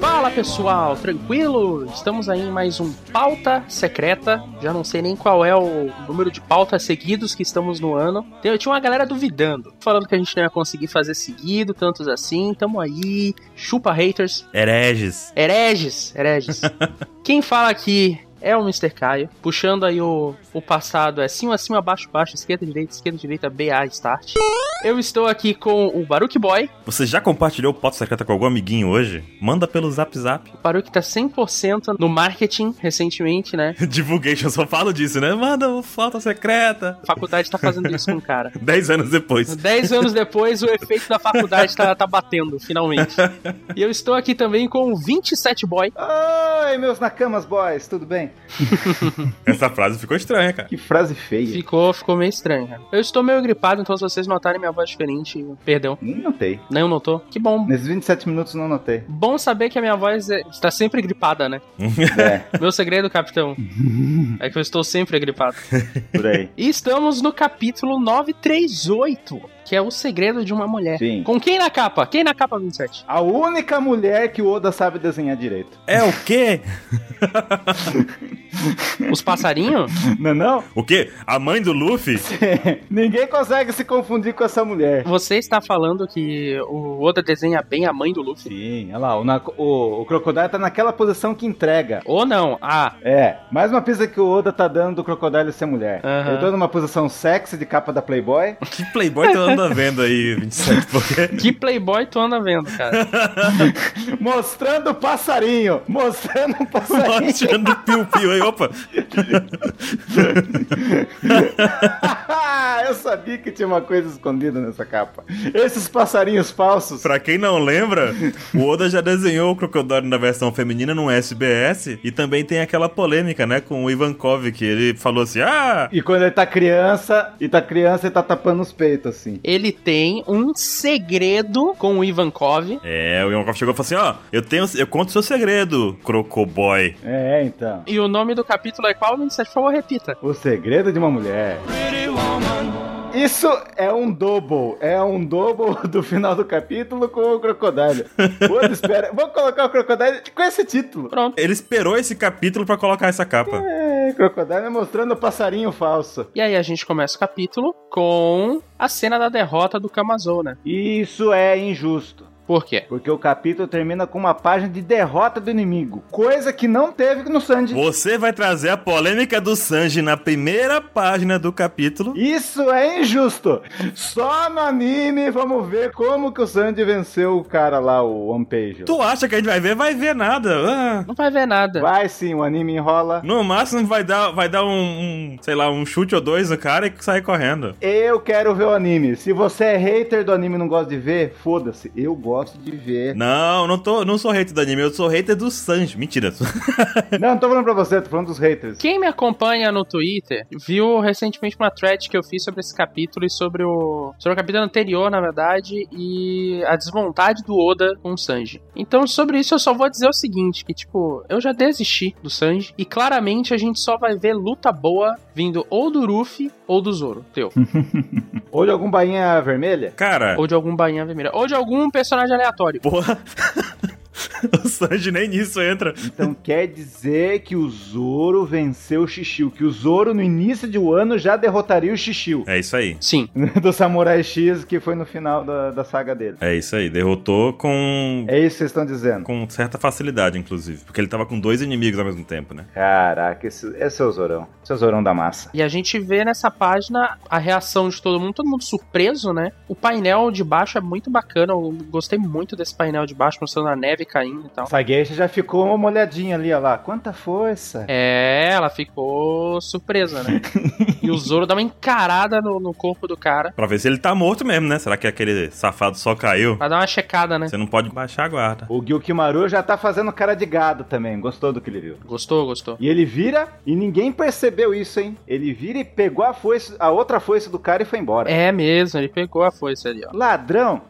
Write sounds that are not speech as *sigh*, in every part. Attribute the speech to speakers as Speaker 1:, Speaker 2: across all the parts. Speaker 1: Fala pessoal, tranquilo? Estamos aí em mais um Pauta Secreta. Já não sei nem qual é o número de pautas seguidos que estamos no ano. Tem- Eu tinha uma galera duvidando, falando que a gente não ia conseguir fazer seguido, tantos assim. Tamo aí, chupa haters.
Speaker 2: Hereges.
Speaker 1: Hereges, hereges. Quem fala aqui é o Mr. Caio, puxando aí o, o passado, é cima, acima, abaixo, baixo, esquerda, direita, esquerda, direita, BA, start. Eu estou aqui com o Baruch Boy,
Speaker 2: Você já compartilhou o Pauta Secreta com algum amiguinho hoje? Manda pelo Zap Zap. *laughs*
Speaker 1: o Baruch tá 100% no marketing recentemente, né?
Speaker 2: Divulgation, só falo disso, né? Manda o Pauta Secreta.
Speaker 1: A faculdade tá fazendo isso com o cara.
Speaker 2: Dez anos
Speaker 1: *laughs*
Speaker 2: depois.
Speaker 1: Dez anos depois, o efeito da faculdade tá, tá batendo, finalmente. E eu estou aqui também com o 27 Boy.
Speaker 3: Oi, meus Nakamas Boys, tudo bem?
Speaker 2: Essa frase ficou estranha, cara.
Speaker 3: Que frase feia.
Speaker 1: Ficou, ficou meio estranho, cara. Eu estou meio gripado, então se vocês notarem minha voz diferente, perdão.
Speaker 3: Nem notei.
Speaker 1: Não notou? Que bom.
Speaker 3: Nesses 27 minutos não notei. *laughs*
Speaker 1: Bom saber que a minha voz é- está sempre gripada, né?
Speaker 3: É,
Speaker 1: Meu segredo, capitão, é que eu estou sempre gripado.
Speaker 3: por aí.
Speaker 1: E estamos no capítulo 938, que é o segredo de uma mulher.
Speaker 3: Sim.
Speaker 1: Com quem na capa? Quem na capa 27?
Speaker 3: A única mulher que o Oda sabe desenhar direito.
Speaker 2: É o quê?
Speaker 1: Os passarinhos?
Speaker 3: Não é não? *laughs*
Speaker 2: O quê? A mãe do Luffy?
Speaker 3: Ninguém consegue se confundir com essa mulher.
Speaker 1: Você está falando que o Oda desenha bem a mãe do Luffy?
Speaker 3: Sim, olha lá, o, Nako- o, o Crocodile tá naquela posição que entrega.
Speaker 1: Ou não? Ah,
Speaker 3: É, mais uma pista que o Oda tá dando do Crocodile ser mulher.
Speaker 1: Aham.
Speaker 3: Eu tô numa posição sexy de capa da Playboy.
Speaker 2: *laughs*
Speaker 3: *laughs*
Speaker 2: Que Playboy tá anda vendo aí, 27? Porque...
Speaker 1: que Playboy tu anda vendo, cara?
Speaker 3: Mostrando o passarinho! Mostrando o passarinho!
Speaker 2: Mostrando o piu-piu aí, opa.
Speaker 3: *laughs* eu sabia que tinha uma coisa escondida nessa capa. Esses passarinhos falsos.
Speaker 2: Pra quem não lembra, o Oda já desenhou o Crocodile na versão feminina num SBS e também tem aquela polêmica, né, com o Ivankov, que ele falou assim, ah,
Speaker 3: E quando ele tá criança, e tá criança e tá tapando os peitos, assim.
Speaker 1: *laughs* Ele tem um segredo com o Ivankov.
Speaker 2: É, o Ivankov chegou e falou assim, ó, eu tenho, eu conto o seu segredo, Crocoboy.
Speaker 3: É, então.
Speaker 1: E o nome do capítulo é qual, 27? Por favor, repita.
Speaker 3: O segredo de uma mulher. Isso é um double. É um double *laughs* do final do capítulo com o crocodilo. Outro espera. Vou colocar o crocodilo com esse título.
Speaker 1: Pronto.
Speaker 2: Ele esperou esse capítulo pra colocar essa capa.
Speaker 3: É, crocodilo mostrando o passarinho falso.
Speaker 1: E aí a gente começa o capítulo com a cena da derrota do Kamazou, né?
Speaker 3: Isso é injusto.
Speaker 1: Por quê?
Speaker 3: Porque o capítulo termina com uma página de derrota do inimigo. Coisa que não teve no Sanji.
Speaker 2: Você vai trazer a polêmica do Sanji na primeira página do capítulo.
Speaker 3: Isso é injusto. Só no anime vamos ver como que o Sanji venceu o cara lá, o One Page.
Speaker 2: Tu acha que a gente vai ver? Vai ver nada. Ah.
Speaker 1: Não vai ver nada.
Speaker 3: Vai sim, o anime enrola.
Speaker 2: No máximo vai dar, vai dar um, um, sei lá, um chute ou dois no cara e sair correndo.
Speaker 3: Eu quero ver o anime. Se você é hater do anime e não gosta de ver, foda-se. Eu gosto de ver.
Speaker 2: Não, não tô, não sou hater do anime, eu sou hater do Sanji. Mentira. *laughs*
Speaker 3: não, não tô falando pra você, tô falando dos haters.
Speaker 1: Quem me acompanha no Twitter viu recentemente uma thread que eu fiz sobre esse capítulo e sobre o. sobre o capítulo anterior, na verdade, e a desvontade do Oda com o Sanji. Então, sobre isso, eu só vou dizer o seguinte: que, tipo, eu já desisti do Sanji, e claramente a gente só vai ver luta boa vindo ou do Ruffy ou do Zoro. Teu.
Speaker 3: Ou de algum bainha vermelha?
Speaker 2: Cara,
Speaker 1: ou de algum bainha vermelha. Ou de algum personagem aleatório.
Speaker 2: porra. *laughs* o Sanji nem nisso entra.
Speaker 3: Então quer dizer que o Zoro venceu o Shishio. Que o Zoro, no início de um ano, já derrotaria o Shishio. *laughs*
Speaker 2: É isso aí.
Speaker 1: Sim.
Speaker 3: do Samurai X, que foi no final da, da saga dele.
Speaker 2: É isso aí. Derrotou com
Speaker 3: É isso que vocês estão dizendo.
Speaker 2: com certa facilidade, inclusive, porque ele tava com dois inimigos ao mesmo tempo, né?
Speaker 3: Caraca, esse, esse é o Zorão. Esse é o Zorão da massa.
Speaker 1: E a gente vê nessa página a reação de todo mundo, todo mundo surpreso, né? O painel de baixo é muito bacana, eu gostei muito desse painel de baixo, mostrando a neve caindo e tal.
Speaker 3: Essa gueixa já ficou uma olhadinha ali, ó lá. Quanta força!
Speaker 1: É, ela ficou surpresa, né? e o Zoro dá uma encarada no, no corpo do cara
Speaker 2: Pra ver se ele tá morto mesmo, né? Será que aquele safado só caiu?
Speaker 1: pra dar uma checada, né?
Speaker 2: Você não pode baixar a guarda.
Speaker 3: O Gilkimaru já tá fazendo cara de gado também. Gostou do que ele viu?
Speaker 1: Gostou, gostou.
Speaker 3: E ele vira, e ninguém percebeu isso, hein? Ele vira e pegou a foice, a outra foice do cara e foi embora.
Speaker 1: É mesmo, ele pegou a foice ali, ó.
Speaker 3: Ladrão!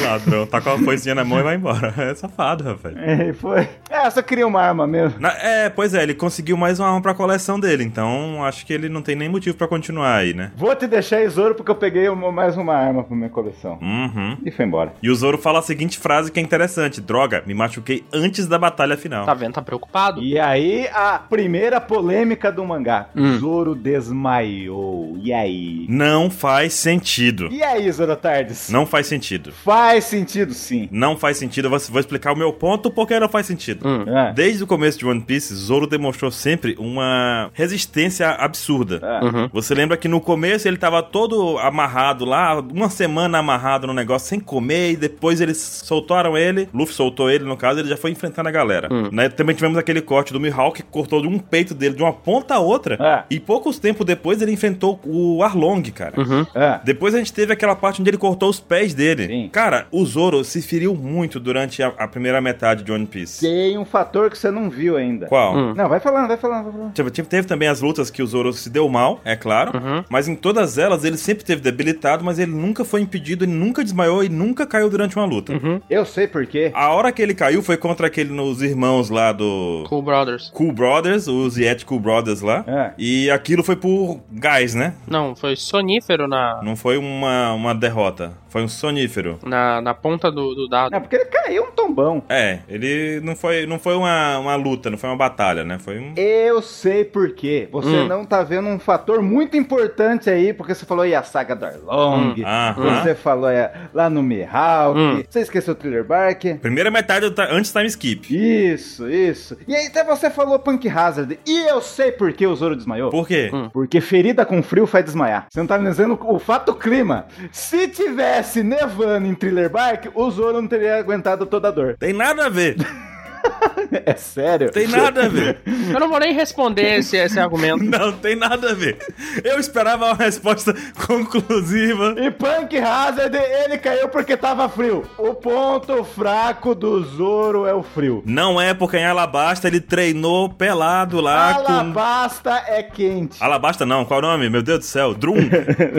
Speaker 2: O ladrão tá com a foicinha na mão e vai embora. *laughs* É safado, rapaz.
Speaker 3: Aí foi. *laughs* É, só queria uma arma mesmo.
Speaker 2: Na- é, pois é, ele conseguiu mais uma arma pra coleção dele, então acho que ele não tem nem motivo pra continuar aí, né?
Speaker 3: Vou te deixar Isouro porque eu peguei uma- mais uma arma pra minha coleção.
Speaker 2: Uhum.
Speaker 3: E foi embora.
Speaker 2: E o Zoro fala a seguinte frase que é interessante: Droga, me machuquei antes da batalha final.
Speaker 1: Tá vendo? Tá preocupado?
Speaker 3: E aí, a primeira polêmica do mangá.
Speaker 1: Hum.
Speaker 3: Zoro desmaiou. E aí?
Speaker 2: Não faz sentido.
Speaker 3: E aí, Zoro Tardes?
Speaker 2: Não faz sentido.
Speaker 3: Faz sentido, sim.
Speaker 2: Não faz sentido. Eu vou vou explicar o meu ponto porque não faz sentido.
Speaker 1: Hum.
Speaker 3: Ah,
Speaker 2: Desde o começo de One Piece, Zoro demonstrou sempre uma resistência absurda.
Speaker 3: ah.
Speaker 1: Uhum.
Speaker 2: Você lembra que no começo ele tava todo amarrado lá, uma semana amarrado no negócio sem comer, e depois eles soltaram ele, Luffy soltou ele, no caso, ele já foi enfrentando a galera.
Speaker 1: Hum.
Speaker 2: Né, Também tivemos aquele corte do Mihawk que cortou de um peito dele de uma ponta a outra,
Speaker 3: É.
Speaker 2: e poucos tempos depois ele enfrentou o Arlong, cara.
Speaker 1: Uhum.
Speaker 3: Ah.
Speaker 2: Depois a gente teve aquela parte onde ele cortou os pés dele.
Speaker 3: Sim.
Speaker 2: Cara, o Zoro se feriu muito durante a, a primeira metade de One Piece.
Speaker 3: Tem um fator que você não viu ainda.
Speaker 2: Qual?
Speaker 1: Hum.
Speaker 3: Não, vai falando, vai falando, vai falando.
Speaker 2: Tipo, tipo, teve também as lutas que o Zoro se deu mal, é claro.
Speaker 1: Uhum.
Speaker 2: Mas em todas elas ele sempre teve debilitado, mas ele nunca foi impedido, ele nunca desmaiou e nunca caiu durante uma luta.
Speaker 1: Uhum.
Speaker 3: Eu sei por quê.
Speaker 2: A hora que ele caiu foi contra aquele nos irmãos lá do
Speaker 1: Cool Brothers.
Speaker 2: Cool Brothers, os Yet Cool Brothers lá.
Speaker 3: É.
Speaker 2: E aquilo foi por gás, né?
Speaker 1: Não, foi sonífero na,
Speaker 2: Não foi uma, uma derrota, foi um sonífero.
Speaker 1: na, na ponta do, do dado.
Speaker 3: Não, porque ele caiu um tombão.
Speaker 2: É, ele não foi, não foi uma, uma luta, não foi uma batalha, né? Foi um.
Speaker 3: Eu sei por quê. Você
Speaker 1: Hum.
Speaker 3: não tá vendo um fator muito importante aí, porque você falou aí a saga do Arlong,
Speaker 2: Aham.
Speaker 3: você falou aí a- lá no Mihawk,
Speaker 1: Hum.
Speaker 3: você esqueceu o Thriller Bark.
Speaker 2: Primeira metade do ta- antes time skip.
Speaker 3: Isso, isso. E aí até você falou Punk Hazard. E eu sei por que o Zoro desmaiou.
Speaker 2: Por quê?
Speaker 1: Hum.
Speaker 3: Porque ferida com frio faz desmaiar. Você não tá me dizendo o fato clima. Se tivesse nevando em Thriller Bark, o Zoro não teria aguentado toda a dor. *laughs*
Speaker 2: Tem nada a ver.
Speaker 3: É sério?
Speaker 2: Tem nada a ver.
Speaker 1: Eu não vou nem responder esse, esse argumento.
Speaker 2: Não tem nada a ver. Eu esperava uma resposta conclusiva.
Speaker 3: E Punk Hazard, ele caiu porque tava frio. O ponto fraco do Zoro é o frio.
Speaker 2: Não é porque em Alabasta ele treinou pelado lá com.
Speaker 3: Alabasta é quente.
Speaker 2: Alabasta não, qual é o nome? Meu Deus do céu, Drum.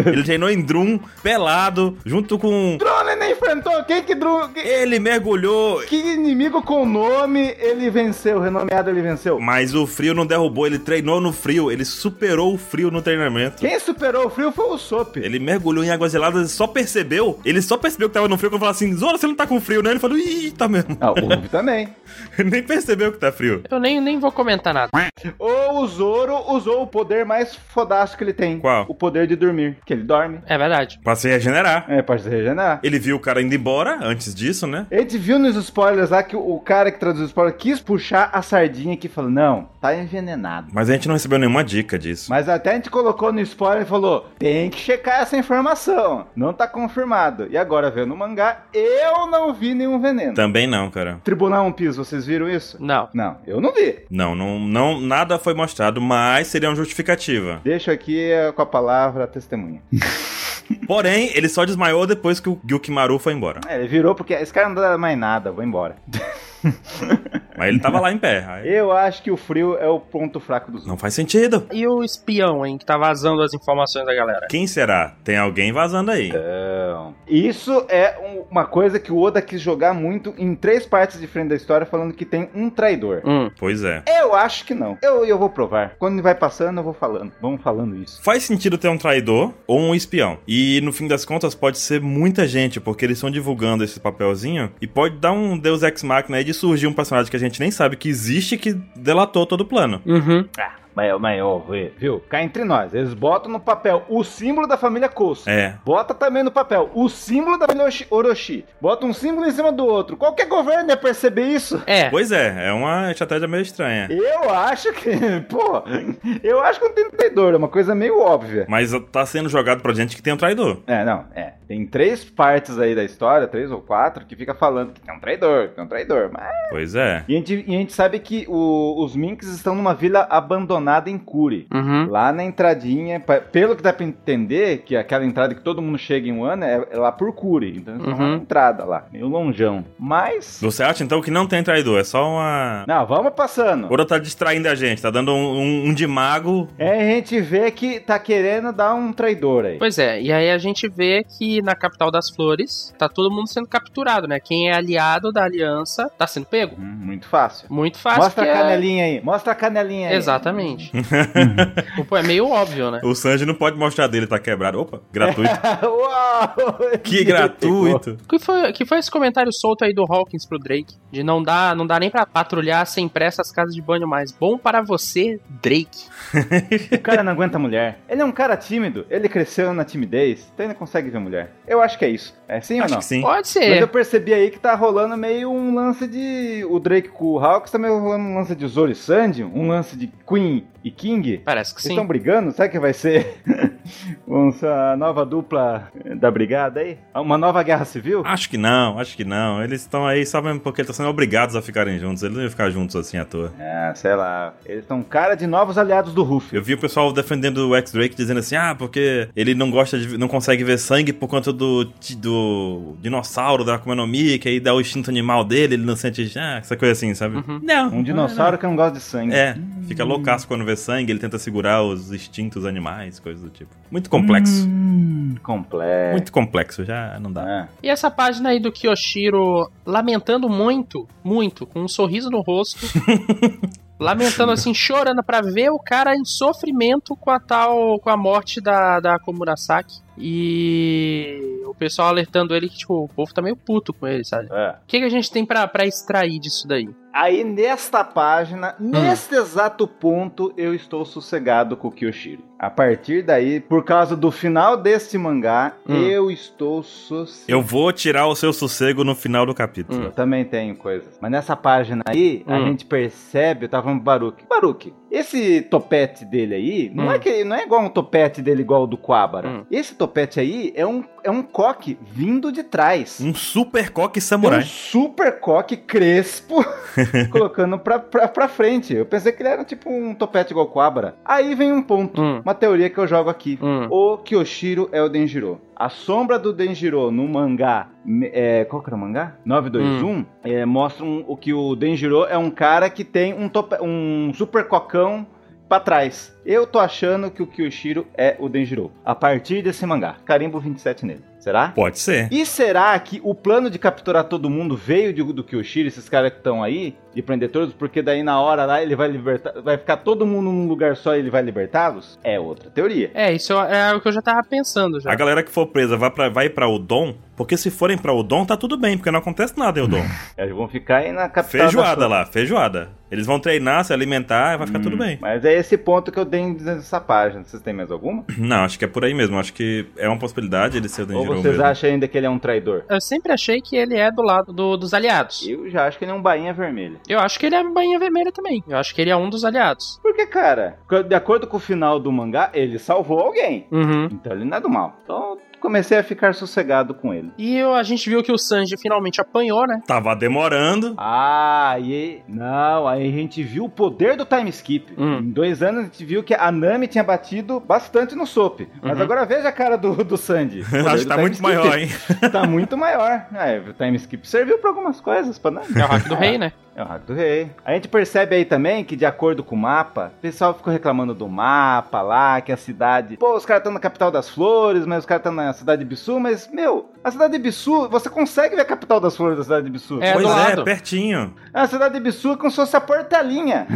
Speaker 2: ele treinou em Drum, pelado, junto com.
Speaker 3: Drone nem enfrentou. Quem que, Dru- que
Speaker 2: Ele mergulhou,
Speaker 3: que inimigo com nome ele venceu? Renomeado ele venceu.
Speaker 2: mas o frio não derrubou. Ele treinou no frio, ele superou o frio no treinamento.
Speaker 3: Quem superou o frio foi o Sop.
Speaker 2: Ele mergulhou em águas geladas e só percebeu. Ele só percebeu que tava no frio quando falou assim: Zora, você não tá com frio, né? Ele falou: Ih, tá mesmo.
Speaker 3: Ah, o Luffy também.
Speaker 2: *laughs* Ele nem percebeu que tá frio.
Speaker 1: Eu nem, nem vou comentar nada.
Speaker 3: Ou o Zoro usou o poder mais fodástico que ele tem.
Speaker 2: Qual?
Speaker 3: O poder de dormir. Que ele dorme.
Speaker 1: É verdade.
Speaker 2: Pra se regenerar.
Speaker 3: É, pode se regenerar.
Speaker 2: Ele viu o cara indo embora antes disso, né?
Speaker 3: A gente viu nos spoilers lá que o cara que traduziu o spoiler quis puxar a sardinha aqui e falou: Não, tá envenenado.
Speaker 2: Mas a gente não recebeu nenhuma dica disso.
Speaker 3: Mas até a gente colocou no spoiler e falou: tem que checar essa informação. Não tá confirmado. E agora, vendo o mangá, eu não vi nenhum veneno.
Speaker 2: Também não, cara.
Speaker 3: Tribunal One Piece, vocês viram isso?
Speaker 1: Não.
Speaker 3: Não, eu não vi.
Speaker 2: Não, não, não, nada foi mostrado, mas seria uma justificativa.
Speaker 3: Deixo aqui eh, com a palavra a testemunha.
Speaker 2: Porém, ele só desmaiou depois que o Gyukimaru foi embora.
Speaker 3: É, ele virou porque esse cara não dá mais nada,
Speaker 2: *laughs*
Speaker 3: vou embora.
Speaker 2: Mas ele tava lá em pé. aí-
Speaker 3: Eu acho que o frio é o ponto fraco dos
Speaker 2: Não faz sentido.
Speaker 1: E o espião, hein, que tá vazando as informações da galera?
Speaker 2: Quem será? Tem alguém vazando aí.
Speaker 3: Não. Isso é um- uma coisa que o Oda quis jogar muito em três partes diferentes da história, falando que tem um traidor.
Speaker 1: Hum.
Speaker 2: Pois é.
Speaker 3: Eu acho que não. Eu, eu vou provar. Quando vai passando, eu vou falando. Vamos falando isso.
Speaker 2: Faz sentido ter um traidor ou um espião. E no fim das contas pode ser muita gente, porque eles estão divulgando esse papelzinho e pode dar um Deus Ex Machina aí de surgir um personagem que a gente nem sabe que existe que delatou todo o plano.
Speaker 1: Uhum.
Speaker 3: Mas, mas ó, vê, viu? Cá entre nós, eles botam no papel o símbolo da família Coulson.
Speaker 2: É,
Speaker 3: Bota também no papel o símbolo da família Oshi- Orochi. Bota um símbolo em cima do outro. Qualquer governo ia perceber isso.
Speaker 1: É.
Speaker 2: Pois é, é uma estratégia meio estranha.
Speaker 3: Eu acho que, *laughs* pô, eu acho que não tem traidor, é uma coisa meio óbvia.
Speaker 2: Mas tá sendo jogado pra gente que tem um traidor.
Speaker 3: É, não, é. Tem três partes aí da história, três ou quatro, que fica falando que tem um traidor, que tem um traidor, mas
Speaker 2: Pois é.
Speaker 3: E a gente, e a gente sabe que o- os Minks estão numa vila abandonada em Curi.
Speaker 1: Uhum.
Speaker 3: Lá na entradinha, pa- pelo que dá pra entender, que aquela entrada que todo mundo chega em um ano é, é lá por Curi. Então eles estão lá
Speaker 1: Uhum.
Speaker 3: na entrada lá, meio longeão. Mas.
Speaker 2: Você acha então que não tem traidor? É só uma.
Speaker 3: Não, vamos passando.
Speaker 2: Ouro tá distraindo a gente, tá dando um, um- um de mago.
Speaker 3: É, a gente vê que tá querendo dar um traidor aí.
Speaker 1: Pois é, e aí a gente vê que que na capital das flores tá todo mundo sendo capturado, né? Quem é aliado da aliança tá sendo pego.
Speaker 3: Hum, muito fácil.
Speaker 1: Muito fácil.
Speaker 3: Mostra
Speaker 1: que
Speaker 3: a
Speaker 1: é-
Speaker 3: canelinha aí, mostra a canelinha aí.
Speaker 1: *laughs* Exatamente. Pô, é meio óbvio, né?
Speaker 2: O Sanji não pode mostrar dele, tá quebrado. Opa,
Speaker 3: *laughs*
Speaker 2: gratuito.
Speaker 3: *laughs* Uau!
Speaker 2: *laughs* Que gratuito.
Speaker 1: Que foi, que foi esse comentário solto aí do Hawkins pro Drake? De não dar, não dá nem pra patrulhar sem pressa as casas de banho mais. Bom para você, Drake.
Speaker 3: O cara não aguenta mulher. Ele é um cara tímido, ele cresceu na timidez, então ele não consegue ver mulher. Eu acho que é isso. É sim ou
Speaker 2: Acho
Speaker 3: não?
Speaker 2: que sim.
Speaker 1: Pode
Speaker 3: Mas eu
Speaker 1: ser.
Speaker 3: percebi aí que tá rolando meio um lance de. O Drake com o Hawks tá meio rolando um lance de Zoro e Sandy, um lance de Queen e King.
Speaker 1: Parece que
Speaker 3: Eles
Speaker 1: sim.
Speaker 3: estão brigando? Sabe que vai ser *laughs* uma nova dupla da brigada aí? Uma nova guerra civil?
Speaker 1: Ah.
Speaker 2: Acho que não, acho que não. Eles estão aí só mesmo porque eles estão sendo obrigados a ficarem juntos. Eles não iam ficar juntos assim à toa.
Speaker 3: É, sei lá. Eles estão cara de novos aliados do Ruff.
Speaker 2: Eu vi o pessoal defendendo o ex-Drake dizendo assim: ah, porque ele não gosta de. não consegue ver sangue por conta do. ti- do dinossauro da Akuma no Mi, que aí dá o instinto animal dele, ele não sente. Ah, essa coisa assim, sabe?
Speaker 1: Uhum.
Speaker 2: Não.
Speaker 3: Um dinossauro que não gosta de sangue.
Speaker 2: É, fica loucaço quando vê sangue, ele tenta segurar os instintos animais, coisas do tipo. Muito complexo.
Speaker 3: Hum, complexo.
Speaker 2: Muito complexo, já não dá.
Speaker 3: É.
Speaker 1: E essa página aí do Kiyoshiro lamentando muito, muito, com um sorriso no rosto. lamentando assim, chorando pra ver o cara em sofrimento com a tal. com a morte da, da Komurasaki. E o pessoal alertando ele que, tipo, o povo tá meio puto com ele, sabe?
Speaker 3: É.
Speaker 1: O que, que a gente tem pra, pra extrair disso daí?
Speaker 3: Aí, nesta página,
Speaker 1: Hum.
Speaker 3: neste exato ponto, eu estou sossegado com o Kyoshiro. A partir daí, por causa do final deste mangá,
Speaker 1: Hum.
Speaker 3: eu estou sossegado.
Speaker 2: Eu vou tirar o seu sossego no final do capítulo.
Speaker 1: Hum.
Speaker 3: Eu também tenho coisas. Mas nessa página aí, a
Speaker 1: Hum.
Speaker 3: gente percebe, eu tava falando pro Baruque. Baruque, esse topete dele aí, não,
Speaker 1: Hum.
Speaker 3: é que, não é igual um topete dele igual o do Quabara.
Speaker 1: Hum.
Speaker 3: Esse topete aí é um, é um coque vindo de trás.
Speaker 2: Um super coque
Speaker 3: É Um
Speaker 2: samurai.
Speaker 3: super coque crespo colocando pra, pra, pra frente. Eu pensei que ele era tipo um topete igual o Quabra. Aí vem um ponto,
Speaker 1: Hum.
Speaker 3: uma teoria que eu jogo aqui.
Speaker 1: Hum.
Speaker 3: O Kyoshiro é o Denjiro. A sombra do Denjiro no mangá. me- é, qual que era o mangá? 921. é, mostra um- o que o Denjiro é um cara que tem um, tope- um super cocão pra trás. Eu tô achando que o Kyoshiro é o Denjiro. A partir desse mangá. Carimbo 27 nele. Será?
Speaker 2: Pode ser.
Speaker 3: E será que o plano de capturar todo mundo veio de, do Kyoshiro, esses caras que estão aí, de prender todos, porque daí na hora lá ele vai libertar, vai ficar todo mundo num lugar só e ele vai libertá-los? É outra teoria.
Speaker 1: É, isso é o que eu já tava pensando já.
Speaker 2: A galera que for presa vai pra, vai pra Odon, porque se forem pra Odon, tá tudo bem, porque não acontece nada em Odon.
Speaker 3: *laughs* Eles vão ficar aí na capital.
Speaker 2: feijoada
Speaker 3: da-
Speaker 2: lá, feijoada. Eles vão treinar, se alimentar, vai ficar tudo
Speaker 3: Hum,
Speaker 2: bem. *laughs*
Speaker 3: Mas é esse ponto que eu dei nessa página. Vocês têm mais alguma?
Speaker 2: Não, acho que é por aí mesmo. Acho que é uma possibilidade ele ser o
Speaker 3: Ou
Speaker 2: Denjiro
Speaker 3: vocês
Speaker 2: mesmo.
Speaker 3: acham ainda que ele é um traidor?
Speaker 1: Eu sempre achei que ele é do lado do- dos aliados.
Speaker 3: Eu já acho que ele é um bainha vermelha.
Speaker 1: Eu acho que ele é bainha vermelha também. Eu acho que ele é um dos aliados.
Speaker 3: Porque, cara, de acordo com o final do mangá, ele salvou alguém.
Speaker 1: Uhum.
Speaker 3: Então ele não é do mal. Então eu comecei a ficar sossegado com ele.
Speaker 1: E eu- a gente viu que o Sanji finalmente apanhou, né?
Speaker 2: Tava demorando.
Speaker 3: Ah, aí. Não, aí a gente viu o poder do time skip.
Speaker 1: Hum.
Speaker 3: Em dois anos a gente viu que a Nami tinha batido bastante no Soap. Mas
Speaker 1: Uhum.
Speaker 3: agora veja a cara do, do Sandy. O
Speaker 2: *laughs*
Speaker 3: poder
Speaker 2: Acho que
Speaker 3: do
Speaker 2: tá
Speaker 3: time
Speaker 2: muito
Speaker 3: skip.
Speaker 2: maior, hein?
Speaker 3: Tá muito maior. É, o time skip serviu pra algumas coisas, pra Nami.
Speaker 1: É o hack do rei, né?
Speaker 3: É o hack do rei. A gente percebe aí também que, de acordo com o mapa, o pessoal ficou reclamando do mapa lá, que a cidade. Pô, os caras estão na capital das flores, mas os caras estão na cidade de Bissu, mas, meu, a cidade de Bissu, você consegue ver a capital das flores da cidade de Bissu.
Speaker 1: É,
Speaker 2: pois
Speaker 1: do
Speaker 2: é,
Speaker 1: lado.
Speaker 2: pertinho.
Speaker 3: A cidade de Bissu é como se fosse a portelinha.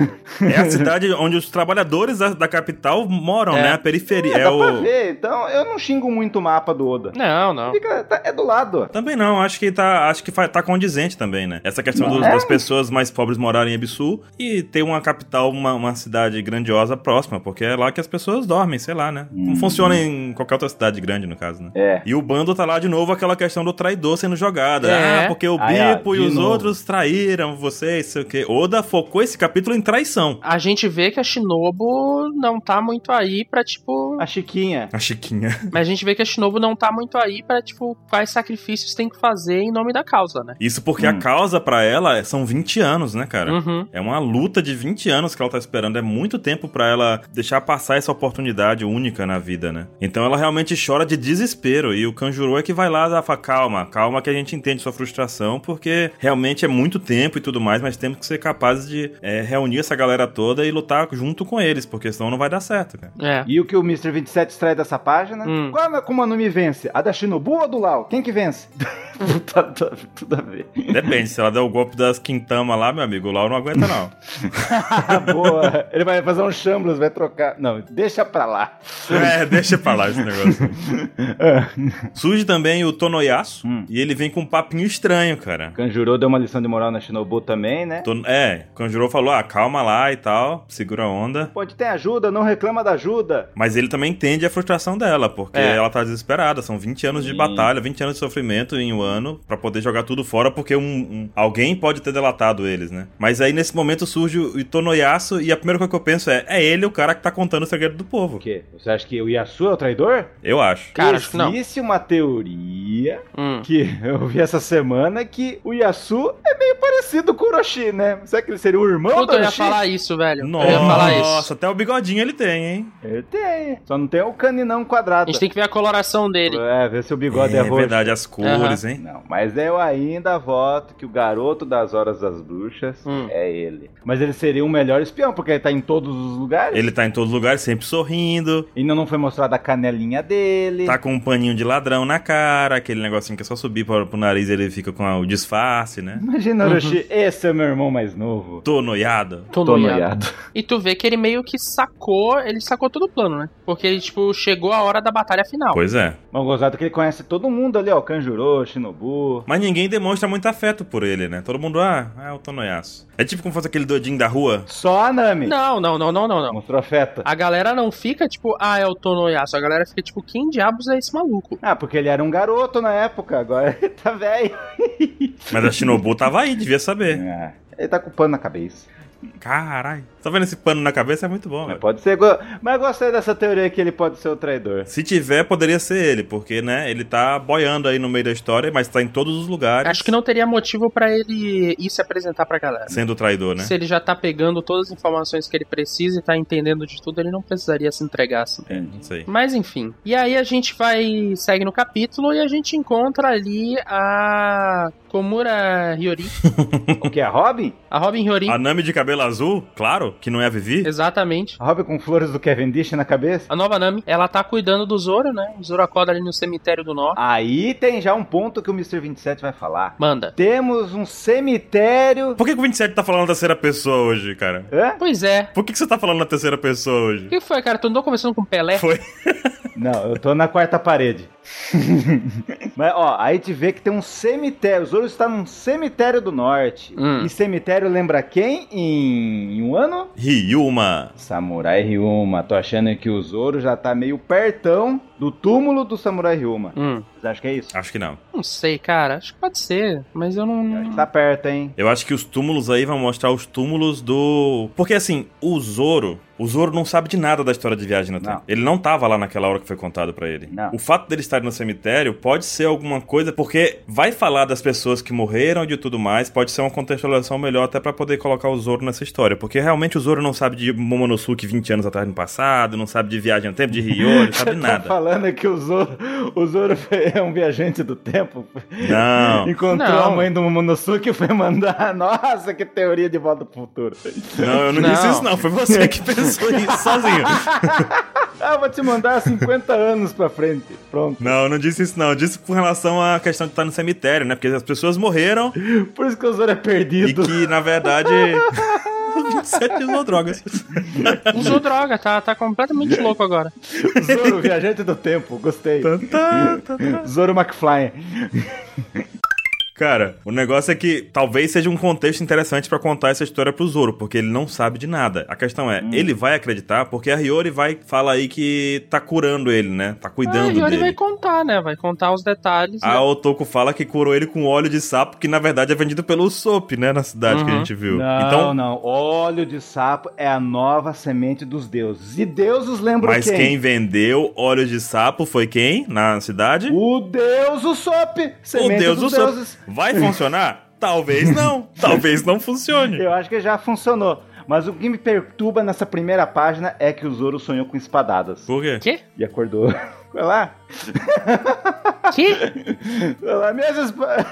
Speaker 2: É a cidade onde os trabalhadores da, da capital moram,
Speaker 1: É.
Speaker 2: né? A periferia.
Speaker 3: *laughs* É,
Speaker 2: É,
Speaker 3: dá pra
Speaker 2: o...
Speaker 3: ver. Então, eu não xingo muito o mapa do Oda.
Speaker 1: Não, não.
Speaker 3: Fica, tá- é do lado.
Speaker 2: Também não, acho que tá, acho que fa- tá condizente também, né? Essa questão do-
Speaker 3: É.
Speaker 2: das pessoas mais pobres morarem em Ebisu e ter uma capital, uma, uma cidade grandiosa próxima, porque é lá que as pessoas dormem, sei lá, né? Como
Speaker 3: Hum.
Speaker 2: funciona em qualquer outra cidade grande, no caso, né?
Speaker 3: É.
Speaker 2: E o bando tá lá de novo aquela questão do traidor sendo jogada.
Speaker 1: É.
Speaker 2: Ah, porque o
Speaker 3: Aí, ó,
Speaker 2: Bipo e
Speaker 3: de
Speaker 2: os
Speaker 3: novo.
Speaker 2: outros traíram vocês, sei o quê. Oda focou esse capítulo em traição.
Speaker 1: A gente vê que a Shinobu não tá muito aí pra, tipo. *laughs*
Speaker 3: A Chiquinha.
Speaker 2: A Chiquinha.
Speaker 1: Mas a gente vê que a Shinobu não tá muito aí pra, tipo, quais sacrifícios tem que fazer em nome da causa, né?
Speaker 2: Isso porque a
Speaker 3: Hum.
Speaker 2: causa pra ela é, são 20 anos, né, cara?
Speaker 1: Uhum.
Speaker 2: É uma luta de 20 anos que ela tá esperando. É muito tempo pra ela deixar passar essa oportunidade única na vida, né? Então ela realmente chora de desespero. E o Kanjuro é que vai lá e fala: calma, calma, que a gente entende sua frustração, porque realmente é muito tempo e tudo mais, mas temos que ser
Speaker 1: *laughs*
Speaker 2: capazes de é, reunir essa galera toda e lutar junto com eles, porque senão não vai dar certo, cara.
Speaker 1: É.
Speaker 3: E o que o Mr. Master 27 extrai dessa página.
Speaker 1: Hum.
Speaker 3: Qual é a Kumanumi vence? A da Shinobu ou a do Lau? Quem que vence? *laughs* Puta, tá- tudo a ver.
Speaker 2: Depende, se ela der o golpe das Quintama lá, meu amigo, o Lau não aguenta não.
Speaker 3: Ah, Boa. Ele vai fazer um Shamblas, vai trocar. Não, deixa pra lá. *laughs*
Speaker 2: é, deixa pra lá esse negócio. Surge também o Tonoyasu,
Speaker 3: Hum.
Speaker 2: e ele vem com um papinho estranho, cara.
Speaker 3: Kanjuro deu uma lição de moral na Shinobu também, né?
Speaker 2: Ton- É, Kanjuro falou, ah, calma lá e tal, segura a onda.
Speaker 3: Pode ter ajuda, não reclama da ajuda.
Speaker 2: Mas ele também entende a frustração dela, porque
Speaker 1: É.
Speaker 2: ela tá desesperada. São 20 anos de
Speaker 3: Sim.
Speaker 2: batalha, 20 anos de sofrimento em um ano, pra poder jogar tudo fora, porque um, um- alguém pode ter delatado eles, né? Mas aí nesse momento surge o Itonoyasu, e a primeira coisa que eu penso é: é ele o cara que tá contando o segredo do povo.
Speaker 3: O quê? Você acha que o Yasu é o traidor?
Speaker 2: Eu acho.
Speaker 1: Cara, acho que não.
Speaker 3: Existe uma teoria
Speaker 1: Hum.
Speaker 3: que eu vi essa semana que o Yasu é meio parecido com o Orochi, né? Será que ele seria o irmão
Speaker 1: Puta,
Speaker 3: do
Speaker 1: eu ia
Speaker 3: Orochi?
Speaker 1: falar isso, velho. Eu ia falar isso.
Speaker 2: Nossa, até o bigodinho ele tem, hein?
Speaker 3: Ele tem. Só não tem o caninão
Speaker 1: A
Speaker 3: quadrado.
Speaker 1: gente tem que ver a coloração dele.
Speaker 3: É, ver se o bigode é,
Speaker 2: é
Speaker 3: roxo.
Speaker 2: verdade, as cores, hein?
Speaker 3: Não, mas eu ainda voto que o garoto das horas das bruxas
Speaker 1: Hum.
Speaker 3: é ele. Mas ele seria o melhor espião, porque ele tá em todos os lugares.
Speaker 2: Ele tá em todo lugar, sempre sorrindo,
Speaker 3: Ainda não foi mostrada a canelinha dele.
Speaker 2: tá com um paninho de ladrão na cara, aquele negocinho que é só subir pro, pro nariz e ele fica com a- o disfarce, né?
Speaker 3: Imagina,
Speaker 1: Uhum.
Speaker 3: Orochi, esse é meu irmão mais novo.
Speaker 2: Tô noiado.
Speaker 1: Tô
Speaker 3: Tô
Speaker 1: noiado.
Speaker 3: noiado.
Speaker 1: E tu vê que ele meio que sacou, ele sacou todo o plano, né? Porque ele, tipo, chegou a hora da batalha final.
Speaker 2: Pois é.
Speaker 3: Mas o gozado é que ele conhece todo mundo ali, ó. Kanjuro, Shinobu.
Speaker 2: Mas ninguém demonstra muito afeto por ele, né? Todo mundo, ah, é o Tonoyaço. É tipo como fosse aquele doidinho da rua.
Speaker 3: Só a Nami.
Speaker 1: Não, não, não, não, não, não.
Speaker 3: Mostrou afeto.
Speaker 1: A galera não fica, tipo, ah, é o Tonoyasu. A galera fica, tipo, quem diabos é esse maluco?
Speaker 3: Ah, porque ele era um garoto na época, agora ele tá velho.
Speaker 2: Mas a Shinobu tava aí, devia saber.
Speaker 3: Ah, ele tá com pano na cabeça.
Speaker 2: Caralho. Tá vendo esse pano na cabeça? É muito bom,
Speaker 3: Mas
Speaker 2: velho.
Speaker 3: pode ser. go- Mas eu gostei dessa teoria que ele pode ser
Speaker 2: *laughs*
Speaker 3: o traidor.
Speaker 2: Se tiver, poderia ser ele, porque, né, ele tá boiando aí no meio da história, mas tá em todos os lugares.
Speaker 1: Acho que não teria motivo pra ele ir se apresentar pra galera.
Speaker 2: Sendo o traidor, né?
Speaker 1: Se ele já tá pegando todas as informações que ele precisa e tá entendendo de tudo, ele não precisaria se entregar assim.
Speaker 2: É, não sei.
Speaker 1: Mas enfim. E aí a gente vai. segue no capítulo e a gente encontra ali a. Komura Hyorin.
Speaker 3: O que é Robin?
Speaker 1: A Robin Hyorin.
Speaker 2: A Nami de cabelo azul, claro, que não é a Vivi.
Speaker 1: Exatamente.
Speaker 3: A Robin com flores do Kevin Dish na cabeça?
Speaker 1: A nova Nami, ela tá cuidando do Zoro, né? O Zoro acorda ali no cemitério do norte.
Speaker 3: Aí tem já um ponto que o Mr. 27 vai falar.
Speaker 1: Manda.
Speaker 3: Temos um cemitério.
Speaker 2: Por que, que o 27 tá falando na terceira pessoa hoje, cara?
Speaker 3: Hã?
Speaker 1: Pois é.
Speaker 2: Por que, que você tá falando na terceira pessoa hoje?
Speaker 1: O que foi, cara? Tu andou conversando com o Pelé?
Speaker 2: Foi.
Speaker 3: Não, eu tô na quarta parede. *laughs* Mas, ó, aí te vê que tem um cemitério. O Zoro está num cemitério do norte.
Speaker 1: Hum.
Speaker 3: E cemitério lembra quem em, em um ano?
Speaker 2: Ryuma.
Speaker 3: Samurai Ryuma. Tô achando que o Zoro já tá meio pertão do túmulo do Samurai Ryuma.
Speaker 1: Hum.
Speaker 3: Vocês acham que é isso?
Speaker 2: Acho que não.
Speaker 1: Não sei, cara. Acho que pode ser, mas eu
Speaker 3: Eu acho
Speaker 1: não.
Speaker 3: que tá perto, hein?
Speaker 2: Eu acho que os túmulos aí vão mostrar os túmulos do. Porque assim, o Zoro. O Zoro não sabe de nada da história de viagem no
Speaker 3: Não.
Speaker 2: tempo. Ele não tava lá naquela hora que foi contado pra ele.
Speaker 3: Não.
Speaker 2: O fato dele estar no cemitério pode ser alguma coisa, porque vai falar das pessoas que morreram e de tudo mais. Pode ser uma contextualização melhor até pra poder colocar o Zoro nessa história. Porque realmente o Zoro não sabe de Momonosuke 20 anos atrás no passado, não sabe de viagem no tempo, de Ryori, não
Speaker 3: *laughs*
Speaker 2: sabe de
Speaker 3: Tá
Speaker 2: nada.
Speaker 3: falando que o Zoro, o Zoro foi- é um viajante do tempo.
Speaker 2: Não.
Speaker 3: Encontrou
Speaker 1: Não.
Speaker 3: a mãe do Momonosuke e foi mandar. *laughs* Nossa, que teoria de volta pro futuro.
Speaker 2: Não, eu não,
Speaker 1: Não.
Speaker 2: disse isso, não. Foi você que pensou
Speaker 1: *laughs*
Speaker 2: isso sozinho.
Speaker 3: Ah, vou te mandar 50 anos pra frente. Pronto.
Speaker 2: Não, eu não disse isso, não. Eu disse com relação à questão de estar no cemitério, né? Porque as pessoas morreram
Speaker 3: Por isso que o Zoro é
Speaker 2: e
Speaker 3: perdido.
Speaker 2: que,
Speaker 1: *laughs*
Speaker 2: na verdade. 27 usou drogas. *laughs*
Speaker 1: Usou droga, tá, tá completamente louco agora.
Speaker 3: *laughs* Zoro, viajante do tempo. Gostei.
Speaker 2: Tá, tá, tá, tá.
Speaker 3: Zoro McFly.
Speaker 2: Cara, o negócio é que talvez seja um contexto interessante pra contar essa história pro Zoro, porque ele não sabe de nada. A questão
Speaker 1: Hum.
Speaker 2: é, ele vai acreditar, porque a Hiyori vai falar aí que tá curando ele, né? Tá
Speaker 1: Ah,
Speaker 2: cuidando
Speaker 1: e ele
Speaker 2: dele.
Speaker 1: vai contar, né? Vai contar os detalhes. né?
Speaker 2: A Otoko fala que curou ele com óleo de sapo, que na verdade é vendido pelo Sop, né? Na cidade que a
Speaker 1: Uhum.
Speaker 2: gente viu.
Speaker 3: Não,
Speaker 2: então,
Speaker 3: não. Óleo de sapo é a nova semente dos deuses. E deuses lembram
Speaker 2: Mas quem? vendeu óleo de sapo foi quem na cidade?
Speaker 3: O deus Usopp.
Speaker 2: O
Speaker 3: Semente
Speaker 2: deus do
Speaker 3: dos
Speaker 2: sapo.
Speaker 3: deuses.
Speaker 2: Vai funcionar? Talvez
Speaker 3: *laughs*
Speaker 2: não. Talvez não funcione.
Speaker 3: Eu acho que já funcionou. Mas o que me perturba nessa primeira página é que o Zoro sonhou com espadadas. *laughs*
Speaker 2: Por quê?
Speaker 1: Quê?
Speaker 3: E acordou. Vai lá.
Speaker 2: *laughs*
Speaker 1: Que?
Speaker 3: Fala, minhas, espa-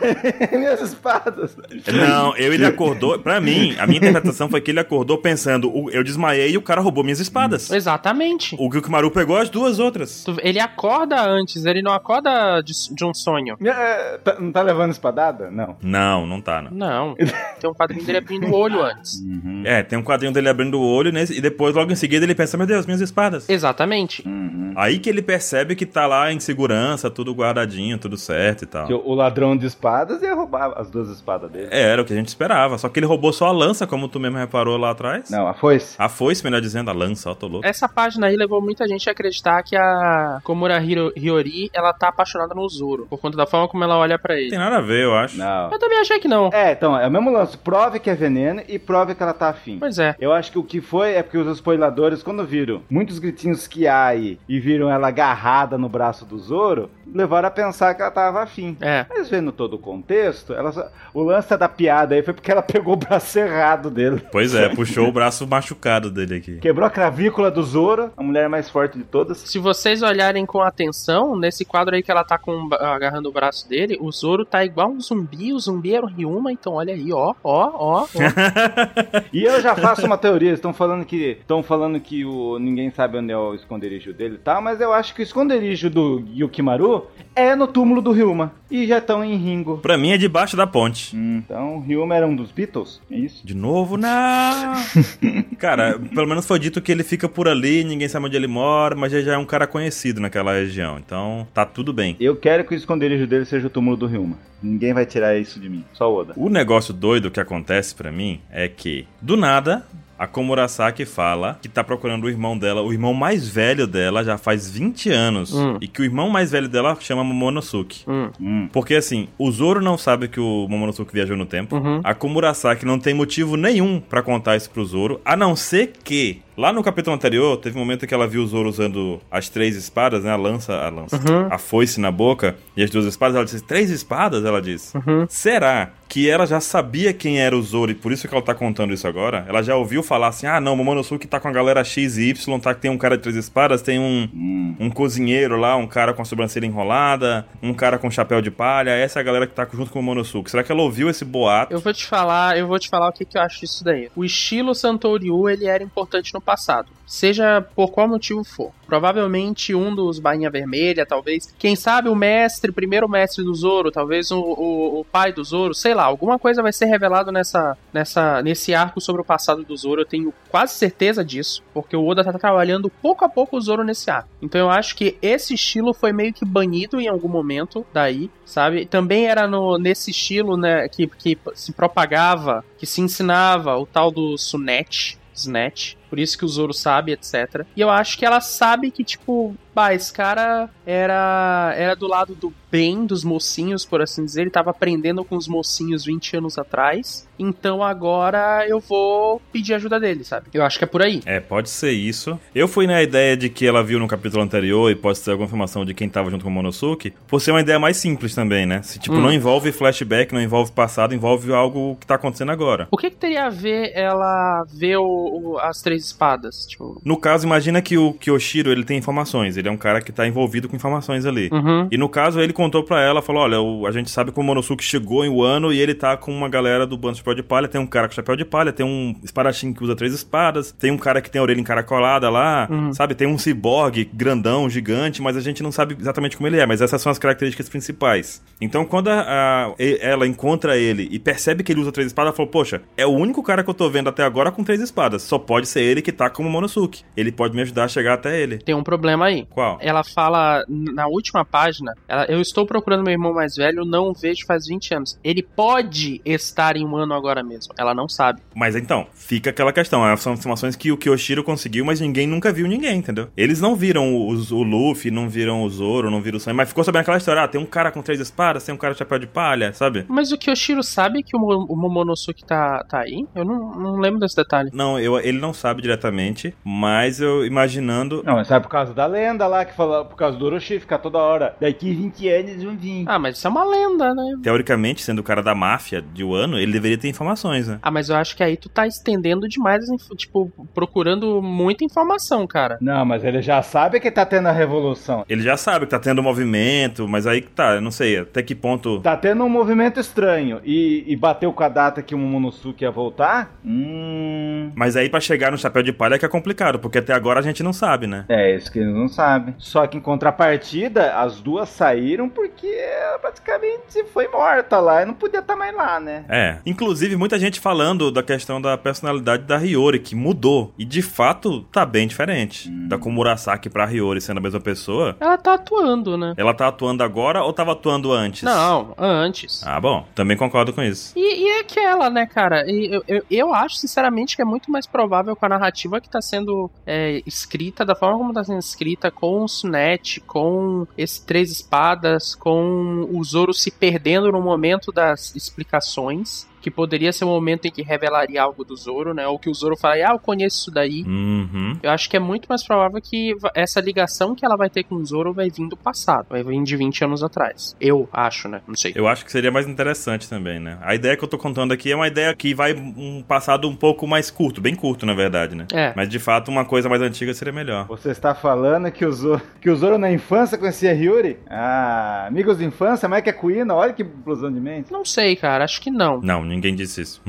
Speaker 3: *laughs* minhas espadas.
Speaker 2: Não, eu, ele acordou. Pra mim, a minha interpretação foi que ele acordou pensando: "O- eu desmaiei e o cara roubou minhas espadas.
Speaker 1: Hum. Exatamente.
Speaker 2: O Gyukimaru pegou as duas outras.
Speaker 1: Tu- Ele acorda antes, ele não acorda de, de um sonho.
Speaker 3: Minha- é, tá- não tá levando espadada? Não.
Speaker 2: Não, não tá, não.
Speaker 1: Não. Tem um quadrinho dele abrindo o olho antes.
Speaker 3: Uhum.
Speaker 2: É, tem um quadrinho dele abrindo o olho né, e depois, logo em seguida, ele pensa: meu Deus, minhas espadas.
Speaker 1: Exatamente.
Speaker 3: Uhum.
Speaker 2: Aí que ele percebe que tá lá em segurança, tudo guardadinho, tudo certo e tal.
Speaker 3: Que o o ladrão de espadas ia roubar as duas espadas dele.
Speaker 2: É, era o que a gente esperava. Só que ele roubou só a lança, como tu mesmo reparou lá atrás.
Speaker 3: Não, É a foice.
Speaker 2: A foice, melhor dizendo, a lança, ó, tô louco.
Speaker 1: Essa página aí levou muita gente a acreditar que a Komura Hiro- Hiyori, ela tá apaixonada no Zoro, por conta da forma como ela olha pra
Speaker 2: Não
Speaker 1: ele.
Speaker 2: tem nada a ver, eu acho.
Speaker 3: Não.
Speaker 1: Eu também achei que não.
Speaker 3: É, então, é o mesmo lance. Prove que é veneno e prove que ela tá afim.
Speaker 1: Pois é.
Speaker 3: Eu acho que o que foi é porque os spoiladores, quando viram muitos gritinhos que há aí e viram ela agarrada no braço do Zoro, levaram a pensar que ela tava afim.
Speaker 1: É.
Speaker 3: Mas vendo todo o contexto, ela só- o lance da piada aí foi porque ela pegou o braço errado dele.
Speaker 2: Pois é, puxou o braço machucado dele aqui.
Speaker 3: Quebrou a cravícula do Zoro, a mulher mais forte de todas.
Speaker 1: Se vocês olharem com atenção, nesse quadro aí que ela tá com, agarrando o braço dele, o Zoro tá igual um zumbi, o zumbi era um Ryuma, então olha aí, ó, ó, ó, ó.
Speaker 3: E eu já faço uma teoria, estão falando que estão falando que o ninguém sabe onde é o esconderijo dele e tal, mas eu acho que o esconderijo do Yukimaru é no túmulo do Ryuma e já estão em Ringo.
Speaker 2: Pra mim é debaixo da ponte.
Speaker 3: Então, o Ryuma era um dos Beatles? É isso?
Speaker 2: De novo,
Speaker 3: *laughs*
Speaker 2: não! cara, pelo menos foi dito que ele fica por ali, ninguém sabe onde ele mora, mas ele já é um cara conhecido naquela região, então tá tudo bem.
Speaker 3: Eu quero que o esconderijo dele seja o túmulo do Ryuma. Ninguém vai tirar isso de mim, só o Oda.
Speaker 2: O negócio doido que acontece pra mim é que, do nada, a Komurasaki fala que tá procurando o irmão dela, o irmão mais velho dela já faz 20 anos,
Speaker 1: Hum.
Speaker 2: e que o irmão mais velho dela chama Momonosuke.
Speaker 1: Hum,
Speaker 3: Hum.
Speaker 2: Porque assim, o Zoro não sabe que o Momonosuke viajou no tempo.
Speaker 1: uhum.
Speaker 2: A Komurasaki não tem motivo nenhum pra contar isso pro Zoro, a não ser que lá no capítulo anterior teve um momento que ela viu o Zoro usando as três espadas, né, a lança, a lança,
Speaker 1: Uhum.
Speaker 2: a foice na boca e as duas espadas. Ela disse três espadas, ela disse.
Speaker 1: Uhum.
Speaker 2: Será que ela já sabia quem era o Zoro e por isso que ela tá contando isso agora? Ela já ouviu falar assim: "Ah, não, Momonosuke tá com a galera X e Y, tá tem um cara de três espadas, tem um
Speaker 3: Hum.
Speaker 2: um cozinheiro lá, um cara com a sobrancelha enrolada, um cara com chapéu de palha, essa é a galera que tá junto com o Momonosuke. Será que ela ouviu esse boato?
Speaker 1: Eu vou te falar, eu vou te falar o que, que eu acho disso daí. O estilo Santoriu, ele era importante no passado. Seja por qual motivo for. Provavelmente um dos Bainha Vermelha, talvez. Quem sabe o mestre, primeiro mestre do Zoro, talvez o, o, o pai do Zoro, sei lá, alguma coisa vai ser revelado nessa, nessa, nesse arco sobre o passado do Zoro. Eu tenho quase certeza disso, porque o Oda tá trabalhando pouco a pouco o Zoro nesse arco. Então eu acho que esse estilo foi meio que banido em algum momento daí, sabe? Também era no, nesse estilo, né, que, que se propagava, que se ensinava o tal do Sunet. Snatch, por isso que o Zoro sabe, etc. E eu acho que ela sabe que, tipo, bah, esse cara era, era do lado do bem dos mocinhos, por assim dizer. Ele tava aprendendo com os mocinhos 20 anos atrás. Então agora eu vou pedir ajuda dele, sabe? Eu acho que é por aí.
Speaker 2: É, pode ser isso. Eu fui na ideia de que ela viu no capítulo anterior e pode ser alguma informação de quem tava junto com o Monosuke, por ser uma ideia mais simples também, né? Se, tipo,
Speaker 1: Hum.
Speaker 2: não envolve flashback, não envolve passado, envolve algo que tá acontecendo agora.
Speaker 1: O que, que teria a ver ela ver o- o- as três espadas? Tipo.
Speaker 2: No caso, imagina que o Kyoshiro, ele tem informações, ele é um cara que tá envolvido com informações ali.
Speaker 1: Uhum.
Speaker 2: E no caso, ele contou pra ela, falou: olha, o- a gente sabe que o Monosuke chegou em Wano e ele tá com uma galera do bando de chapéu de palha, tem um cara com chapéu de palha, tem um espadachim que usa três espadas, tem um cara que tem a orelha encaracolada lá,
Speaker 1: Uhum.
Speaker 2: sabe? Tem um ciborgue grandão, gigante, mas a gente não sabe exatamente como ele é, mas essas são as características principais. Então, quando a- a- e- ela encontra ele e percebe que ele usa três espadas, ela falou: poxa, é o único cara que eu tô vendo até agora com três espadas, só pode ser ele que tá como Monosuke. Ele pode me ajudar a chegar até ele.
Speaker 1: Tem um problema aí.
Speaker 2: Qual?
Speaker 1: Ela fala n- na última página: ela, Eu estou procurando meu irmão mais velho, não o vejo faz 20 anos. Ele pode estar em um ano agora mesmo. Ela não sabe.
Speaker 2: Mas então, fica aquela questão. né? São informações que o Kyoshiro conseguiu, mas ninguém nunca viu ninguém, entendeu? Eles não viram o, o Luffy, não viram o Zoro, não viram o Sanji, mas ficou sabendo aquela história. Ah, tem um cara com três espadas, tem um cara com chapéu de palha, sabe?
Speaker 1: Mas é o Kyoshiro sabe que o, Mo- o Momonosuke tá, tá aí? Eu não, não lembro desse detalhe.
Speaker 2: Não, eu- ele não sabe sabe diretamente, mas eu imaginando.
Speaker 3: Não, mas é por causa da lenda lá, que fala por causa do Orochi, fica toda hora. Daqui 20 anos vão vir.
Speaker 1: Ah, mas isso é uma lenda, né?
Speaker 2: Teoricamente, sendo o cara da máfia de Wano, ele deveria ter informações, né?
Speaker 1: Ah, mas eu acho que aí tu tá estendendo demais, as inf- tipo, procurando muita informação, cara.
Speaker 3: Não, mas ele já sabe que tá tendo a revolução.
Speaker 2: Ele já sabe que tá tendo movimento, mas aí que tá, eu não sei até que ponto.
Speaker 3: Tá tendo um movimento estranho. E, e bateu com a data que o Momonosuke ia voltar? Hum.
Speaker 2: Mas aí pra chegar no chapéu de palha que é complicado, porque até agora a gente não sabe, né?
Speaker 3: É, isso que eles não sabem. Só que em contrapartida, as duas saíram porque ela praticamente foi morta lá. E não podia estar mais lá, né?
Speaker 2: É. Inclusive, muita gente falando da questão da personalidade da Hiyori, que mudou. E de fato, tá bem diferente. Da Komurasaki pra Hiyori sendo a mesma pessoa.
Speaker 1: Ela tá atuando, né?
Speaker 2: Ela tá atuando agora ou tava atuando antes?
Speaker 1: Não, antes.
Speaker 2: Ah, bom. Também concordo com isso.
Speaker 1: E, e é aquela, né, cara? E eu, eu, eu acho, sinceramente, que é muito mais provável com a narrativa que tá sendo é, escrita, da forma como tá sendo escrita, com o Sunet, com esse Três Espadas, com o Zoro se perdendo no momento das explicações que poderia ser um momento em que revelaria algo do Zoro, né? Ou que o Zoro falaria, ah, eu conheço isso daí.
Speaker 2: Uhum.
Speaker 1: Eu acho que é muito mais provável que va- essa ligação que ela vai ter com o Zoro vai vir do passado, vai vir de 20 anos atrás. Eu acho, né? Não sei.
Speaker 2: Eu acho que seria mais interessante também, né? A ideia que eu tô contando aqui é uma ideia que vai um passado um pouco mais curto, bem curto, na verdade, né?
Speaker 1: É.
Speaker 2: Mas de fato, uma coisa mais antiga seria melhor.
Speaker 3: Você está falando que o Zoro, que o Zoro na infância conhecia Ryuri? Ah, amigos de infância, Mike Aquino, olha que blusão de mente.
Speaker 1: Não sei, cara, acho que não.
Speaker 2: Não, ninguém disse isso.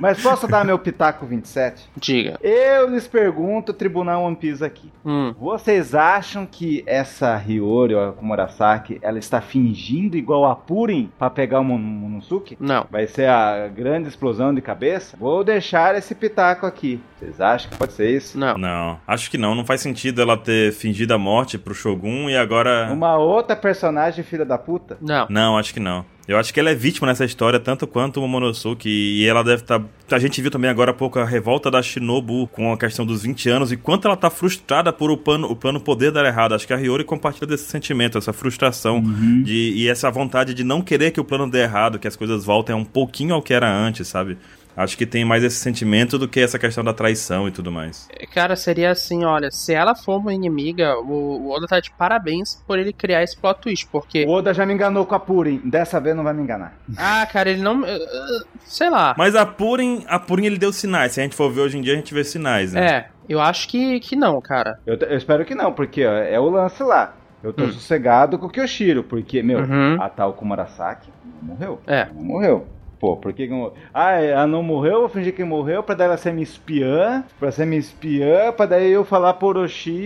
Speaker 3: Mas posso dar meu pitaco 27?
Speaker 1: Diga.
Speaker 3: Eu lhes pergunto, Tribunal One Piece aqui.
Speaker 1: Hum.
Speaker 3: Vocês acham que essa Hiyori, ou a Komurasaki, ela está fingindo igual a Purin pra pegar o Mon- Momonosuke?
Speaker 1: Não.
Speaker 3: Vai ser a grande explosão de cabeça? Vou deixar esse pitaco aqui. Vocês acham que pode ser isso?
Speaker 1: Não.
Speaker 2: Não, acho que não. Não faz sentido ela ter fingido a morte pro Shogun e agora.
Speaker 3: Uma outra personagem filha da puta?
Speaker 1: Não.
Speaker 2: Não, acho que não. Eu acho que ela é vítima nessa história, tanto quanto o Momonosuke, e ela deve estar... A gente viu também agora há pouco a revolta da Shinobu com a questão dos 20 anos, e quanto ela tá frustrada por o plano, o plano poder dar errado. Acho que a Hiyori compartilha desse sentimento, essa frustração de, e essa vontade de não querer que o plano dê errado, que as coisas voltem um pouquinho ao que era antes, sabe? Acho que tem mais esse sentimento do que essa questão da traição e tudo mais.
Speaker 1: Cara, seria assim, olha, se ela for uma inimiga, o, o Oda tá de parabéns por ele criar esse plot twist, porque...
Speaker 3: O Oda já me enganou com a Purin. Dessa vez não vai me enganar.
Speaker 1: Ah, cara, ele não... eh, eh, Sei lá.
Speaker 2: Mas a Purin, a Purin ele deu sinais. Se a gente for ver hoje em dia, a gente vê sinais, né?
Speaker 1: É, eu acho que, que não, cara.
Speaker 3: Eu, eu espero que não, porque ó, é o lance lá. Eu tô
Speaker 1: Hum.
Speaker 3: sossegado com o Kyoshiro, porque, meu,
Speaker 1: Uhum.
Speaker 3: a tal Kumarasaki não morreu.
Speaker 1: É.
Speaker 3: Não morreu. Pô, por que que não... Ah, ela não morreu, eu vou fingir que morreu pra daí ela ser minha espiã, pra ser minha espiã, pra daí eu falar pro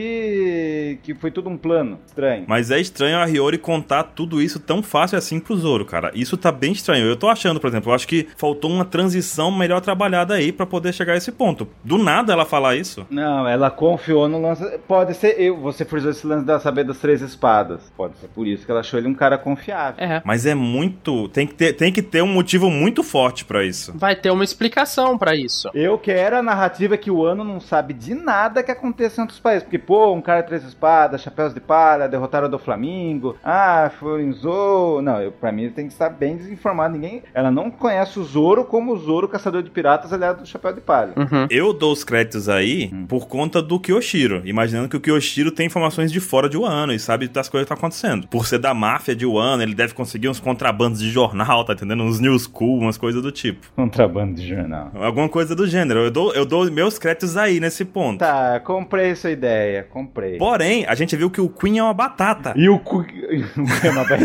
Speaker 3: Orochi que foi tudo um plano. Estranho.
Speaker 2: Mas é estranho a Hiyori contar tudo isso tão fácil assim pro Zoro, cara. Isso tá bem estranho. Eu tô achando, por exemplo, eu acho que faltou uma transição melhor trabalhada aí pra poder chegar a esse ponto. Do nada ela falar isso.
Speaker 3: Não, ela confiou no lance. Pode ser, eu, você frisou esse lance da saber das três espadas. Pode ser por isso que ela achou ele um cara confiável.
Speaker 1: É.
Speaker 2: Mas é muito. Tem que ter, tem que ter um motivo muito forte pra isso.
Speaker 1: Vai ter uma explicação pra isso.
Speaker 3: Eu quero a narrativa que o ano não sabe de nada que acontece em outros países. Porque, pô, um cara três espadas, chapéus de palha, derrotaram o do Flamengo. Ah, foi em Zoro. Não, eu, pra mim tem que estar bem desinformado. Ninguém. Ela não conhece o Zoro como o Zoro, caçador de piratas, aliado do chapéu de palha.
Speaker 1: Uhum.
Speaker 2: Eu dou os créditos aí
Speaker 3: Hum.
Speaker 2: por conta do Kyoshiro. Imaginando que o Kyoshiro tem informações de fora de Wano e sabe das coisas que estão acontecendo. Por ser da máfia de Wano, ele deve conseguir uns contrabandos de jornal, tá entendendo? Uns news cool, umas coisas do tipo.
Speaker 3: *laughs* Contrabando de jornal.
Speaker 2: Alguma coisa do gênero. Eu dou, eu dou meus créditos aí nesse ponto.
Speaker 3: Tá, comprei sua ideia, comprei.
Speaker 2: Porém, a gente viu que o Queen é uma batata.
Speaker 3: E o cu... *laughs* Não é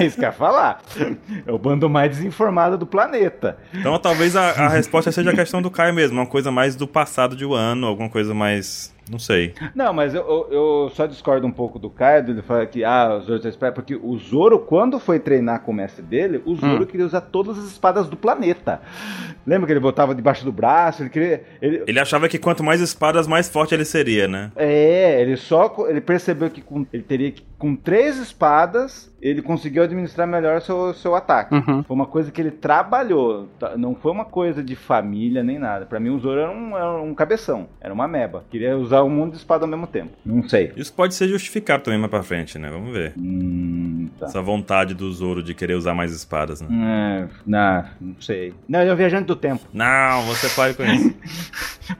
Speaker 3: isso que eu ia falar. É o bando mais desinformado do planeta.
Speaker 2: Então talvez a, a resposta seja a questão do Kai mesmo. Uma coisa mais do passado de Wano, alguma coisa mais. Não sei.
Speaker 3: Não, mas eu, eu- eu só discordo um pouco do Kaido. Ele fala que, ah, os Zoro tá esperto. Porque o Zoro, quando foi treinar com o mestre dele, o Zoro queria usar todas as espadas do planeta. Lembra que ele botava debaixo do braço? Ele queria. ele-
Speaker 2: Ele achava que quanto mais espadas, mais forte ele seria, né?
Speaker 3: É, ele só. co- Ele percebeu que com- ele teria que. Com três espadas, ele conseguiu administrar melhor seu, seu ataque.
Speaker 1: Uhum.
Speaker 3: Foi uma coisa que ele trabalhou, tá? não foi uma coisa de família nem nada. Pra mim, o Zoro era um, era um cabeção, era uma meba. Queria usar um mundo de espada ao mesmo tempo. Não sei.
Speaker 2: Isso pode ser justificado também mais pra frente, né? Vamos ver.
Speaker 3: Hum, tá.
Speaker 2: Essa vontade do Zoro de querer usar mais espadas, né?
Speaker 3: ah, É, não, não sei. Não, ele é um viajante do tempo.
Speaker 2: Não, você pare com isso.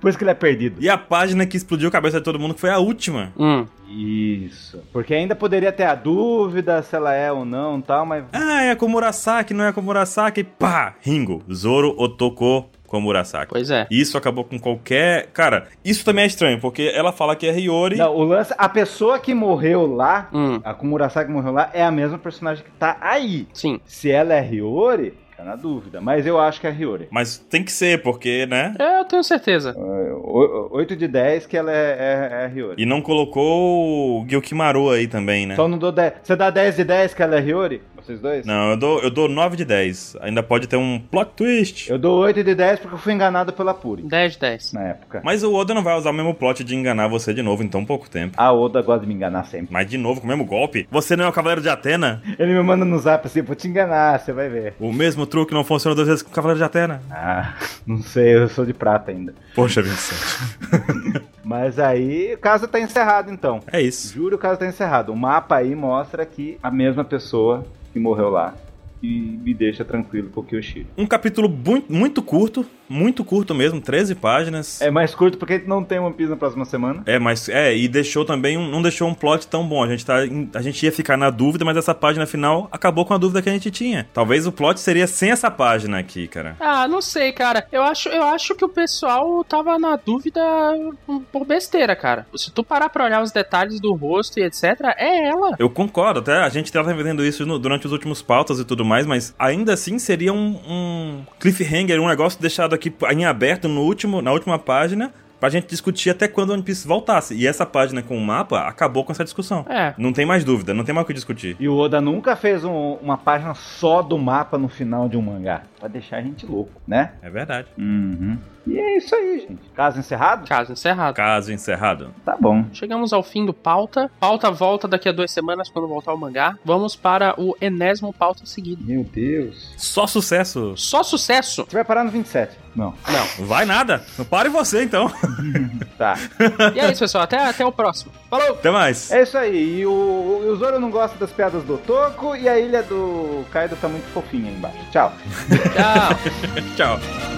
Speaker 3: Por isso que ele é perdido.
Speaker 2: E a página que explodiu a cabeça de todo mundo que foi a última.
Speaker 1: Hum.
Speaker 3: Isso. Porque ainda poderia ter a dúvida se ela é ou não e tal, mas.
Speaker 2: Ah, é a Komurasaki, não é a Komurasaki. Pá! Ringo. Zoro Otoko Komurasaki.
Speaker 1: Pois é.
Speaker 2: Isso acabou com qualquer. Cara, isso também é estranho, porque ela fala que é Hiyori.
Speaker 3: Não, o lance. A pessoa que morreu lá,
Speaker 1: Hum.
Speaker 3: a Kumurasaki que morreu lá, é a mesma personagem que tá aí.
Speaker 1: Sim.
Speaker 3: Se ela é Hiyori, fica na dúvida. Mas eu acho que é Hiyori.
Speaker 2: Mas tem que ser, porque, né?
Speaker 1: É, eu tenho certeza.
Speaker 3: É, o- o- 8 de 10 que ela é, é, é Hiyori.
Speaker 2: E não colocou o Gilkimaru aí também, né?
Speaker 3: Só não dou 10. Você dá 10 de 10 que ela é Hiyori? Vocês dois?
Speaker 2: Não, eu dou, eu dou 9 de 10. Ainda pode ter um plot twist.
Speaker 3: Eu dou 8 de 10 porque eu fui enganado pela Puri
Speaker 1: 10 de 10.
Speaker 3: na época.
Speaker 2: Mas o Oda não vai usar o mesmo plot de enganar você de novo em tão pouco tempo.
Speaker 3: A Oda gosta de me enganar sempre.
Speaker 2: Mas de novo, com o mesmo golpe. Você não é o Cavaleiro de Atena?
Speaker 3: Ele me manda no zap assim, vou te enganar, você vai ver.
Speaker 2: O mesmo truque não funciona duas vezes com o Cavaleiro de Atena.
Speaker 3: Ah, não sei, eu sou de prata ainda.
Speaker 2: Poxa, Vincent.
Speaker 3: Mas aí, o caso tá encerrado então.
Speaker 2: É isso.
Speaker 3: Juro, o caso tá encerrado. O mapa aí mostra que a mesma pessoa que morreu lá e me deixa tranquilo com o Kyoshiro.
Speaker 2: Um capítulo muito, muito curto, muito curto mesmo, 13 páginas.
Speaker 3: É mais curto porque não tem One Piece na próxima semana.
Speaker 2: É, mas é, e deixou também um- não deixou um plot tão bom. A gente, tá, em- a gente ia ficar na dúvida, mas essa página final acabou com a dúvida que a gente tinha. Talvez o plot seria sem essa página aqui, cara.
Speaker 1: Ah, não sei, cara. Eu acho, eu acho que o pessoal tava na dúvida um- por besteira, cara. Se tu parar pra olhar os detalhes do rosto e etc, é ela.
Speaker 2: Eu concordo, até a gente tava vendo isso no- durante os últimos pautas e tudo mais, mas ainda assim seria um, um cliffhanger, um negócio deixado aqui em aberto no último, na última página, pra gente discutir até quando o One Piece voltasse. E essa página com o mapa acabou com essa discussão.
Speaker 1: É.
Speaker 2: Não tem mais dúvida, não tem mais o que discutir.
Speaker 3: E o Oda nunca fez um- uma página só do mapa no final de um mangá. Pra deixar a gente louco, né?
Speaker 2: É verdade.
Speaker 3: Uhum. E é isso aí, gente. Caso encerrado?
Speaker 1: Caso encerrado.
Speaker 2: Caso encerrado.
Speaker 3: Tá bom.
Speaker 1: Chegamos ao fim do pauta. Pauta volta daqui a duas semanas quando voltar o mangá. Vamos para o enésimo pauta seguido.
Speaker 3: Meu Deus.
Speaker 2: Só sucesso.
Speaker 1: Só sucesso!
Speaker 3: Você vai parar no 27? Não.
Speaker 1: Não.
Speaker 2: Vai nada. Não pare você, então.
Speaker 3: Tá.
Speaker 1: E é isso, pessoal. Até, até o próximo. Falou!
Speaker 2: Até mais.
Speaker 3: É isso aí. E o, o o Zoro não gosta das piadas do Toco e a ilha do Kaido tá muito fofinha aí embaixo. Tchau.
Speaker 1: Tchau!
Speaker 2: Tchau.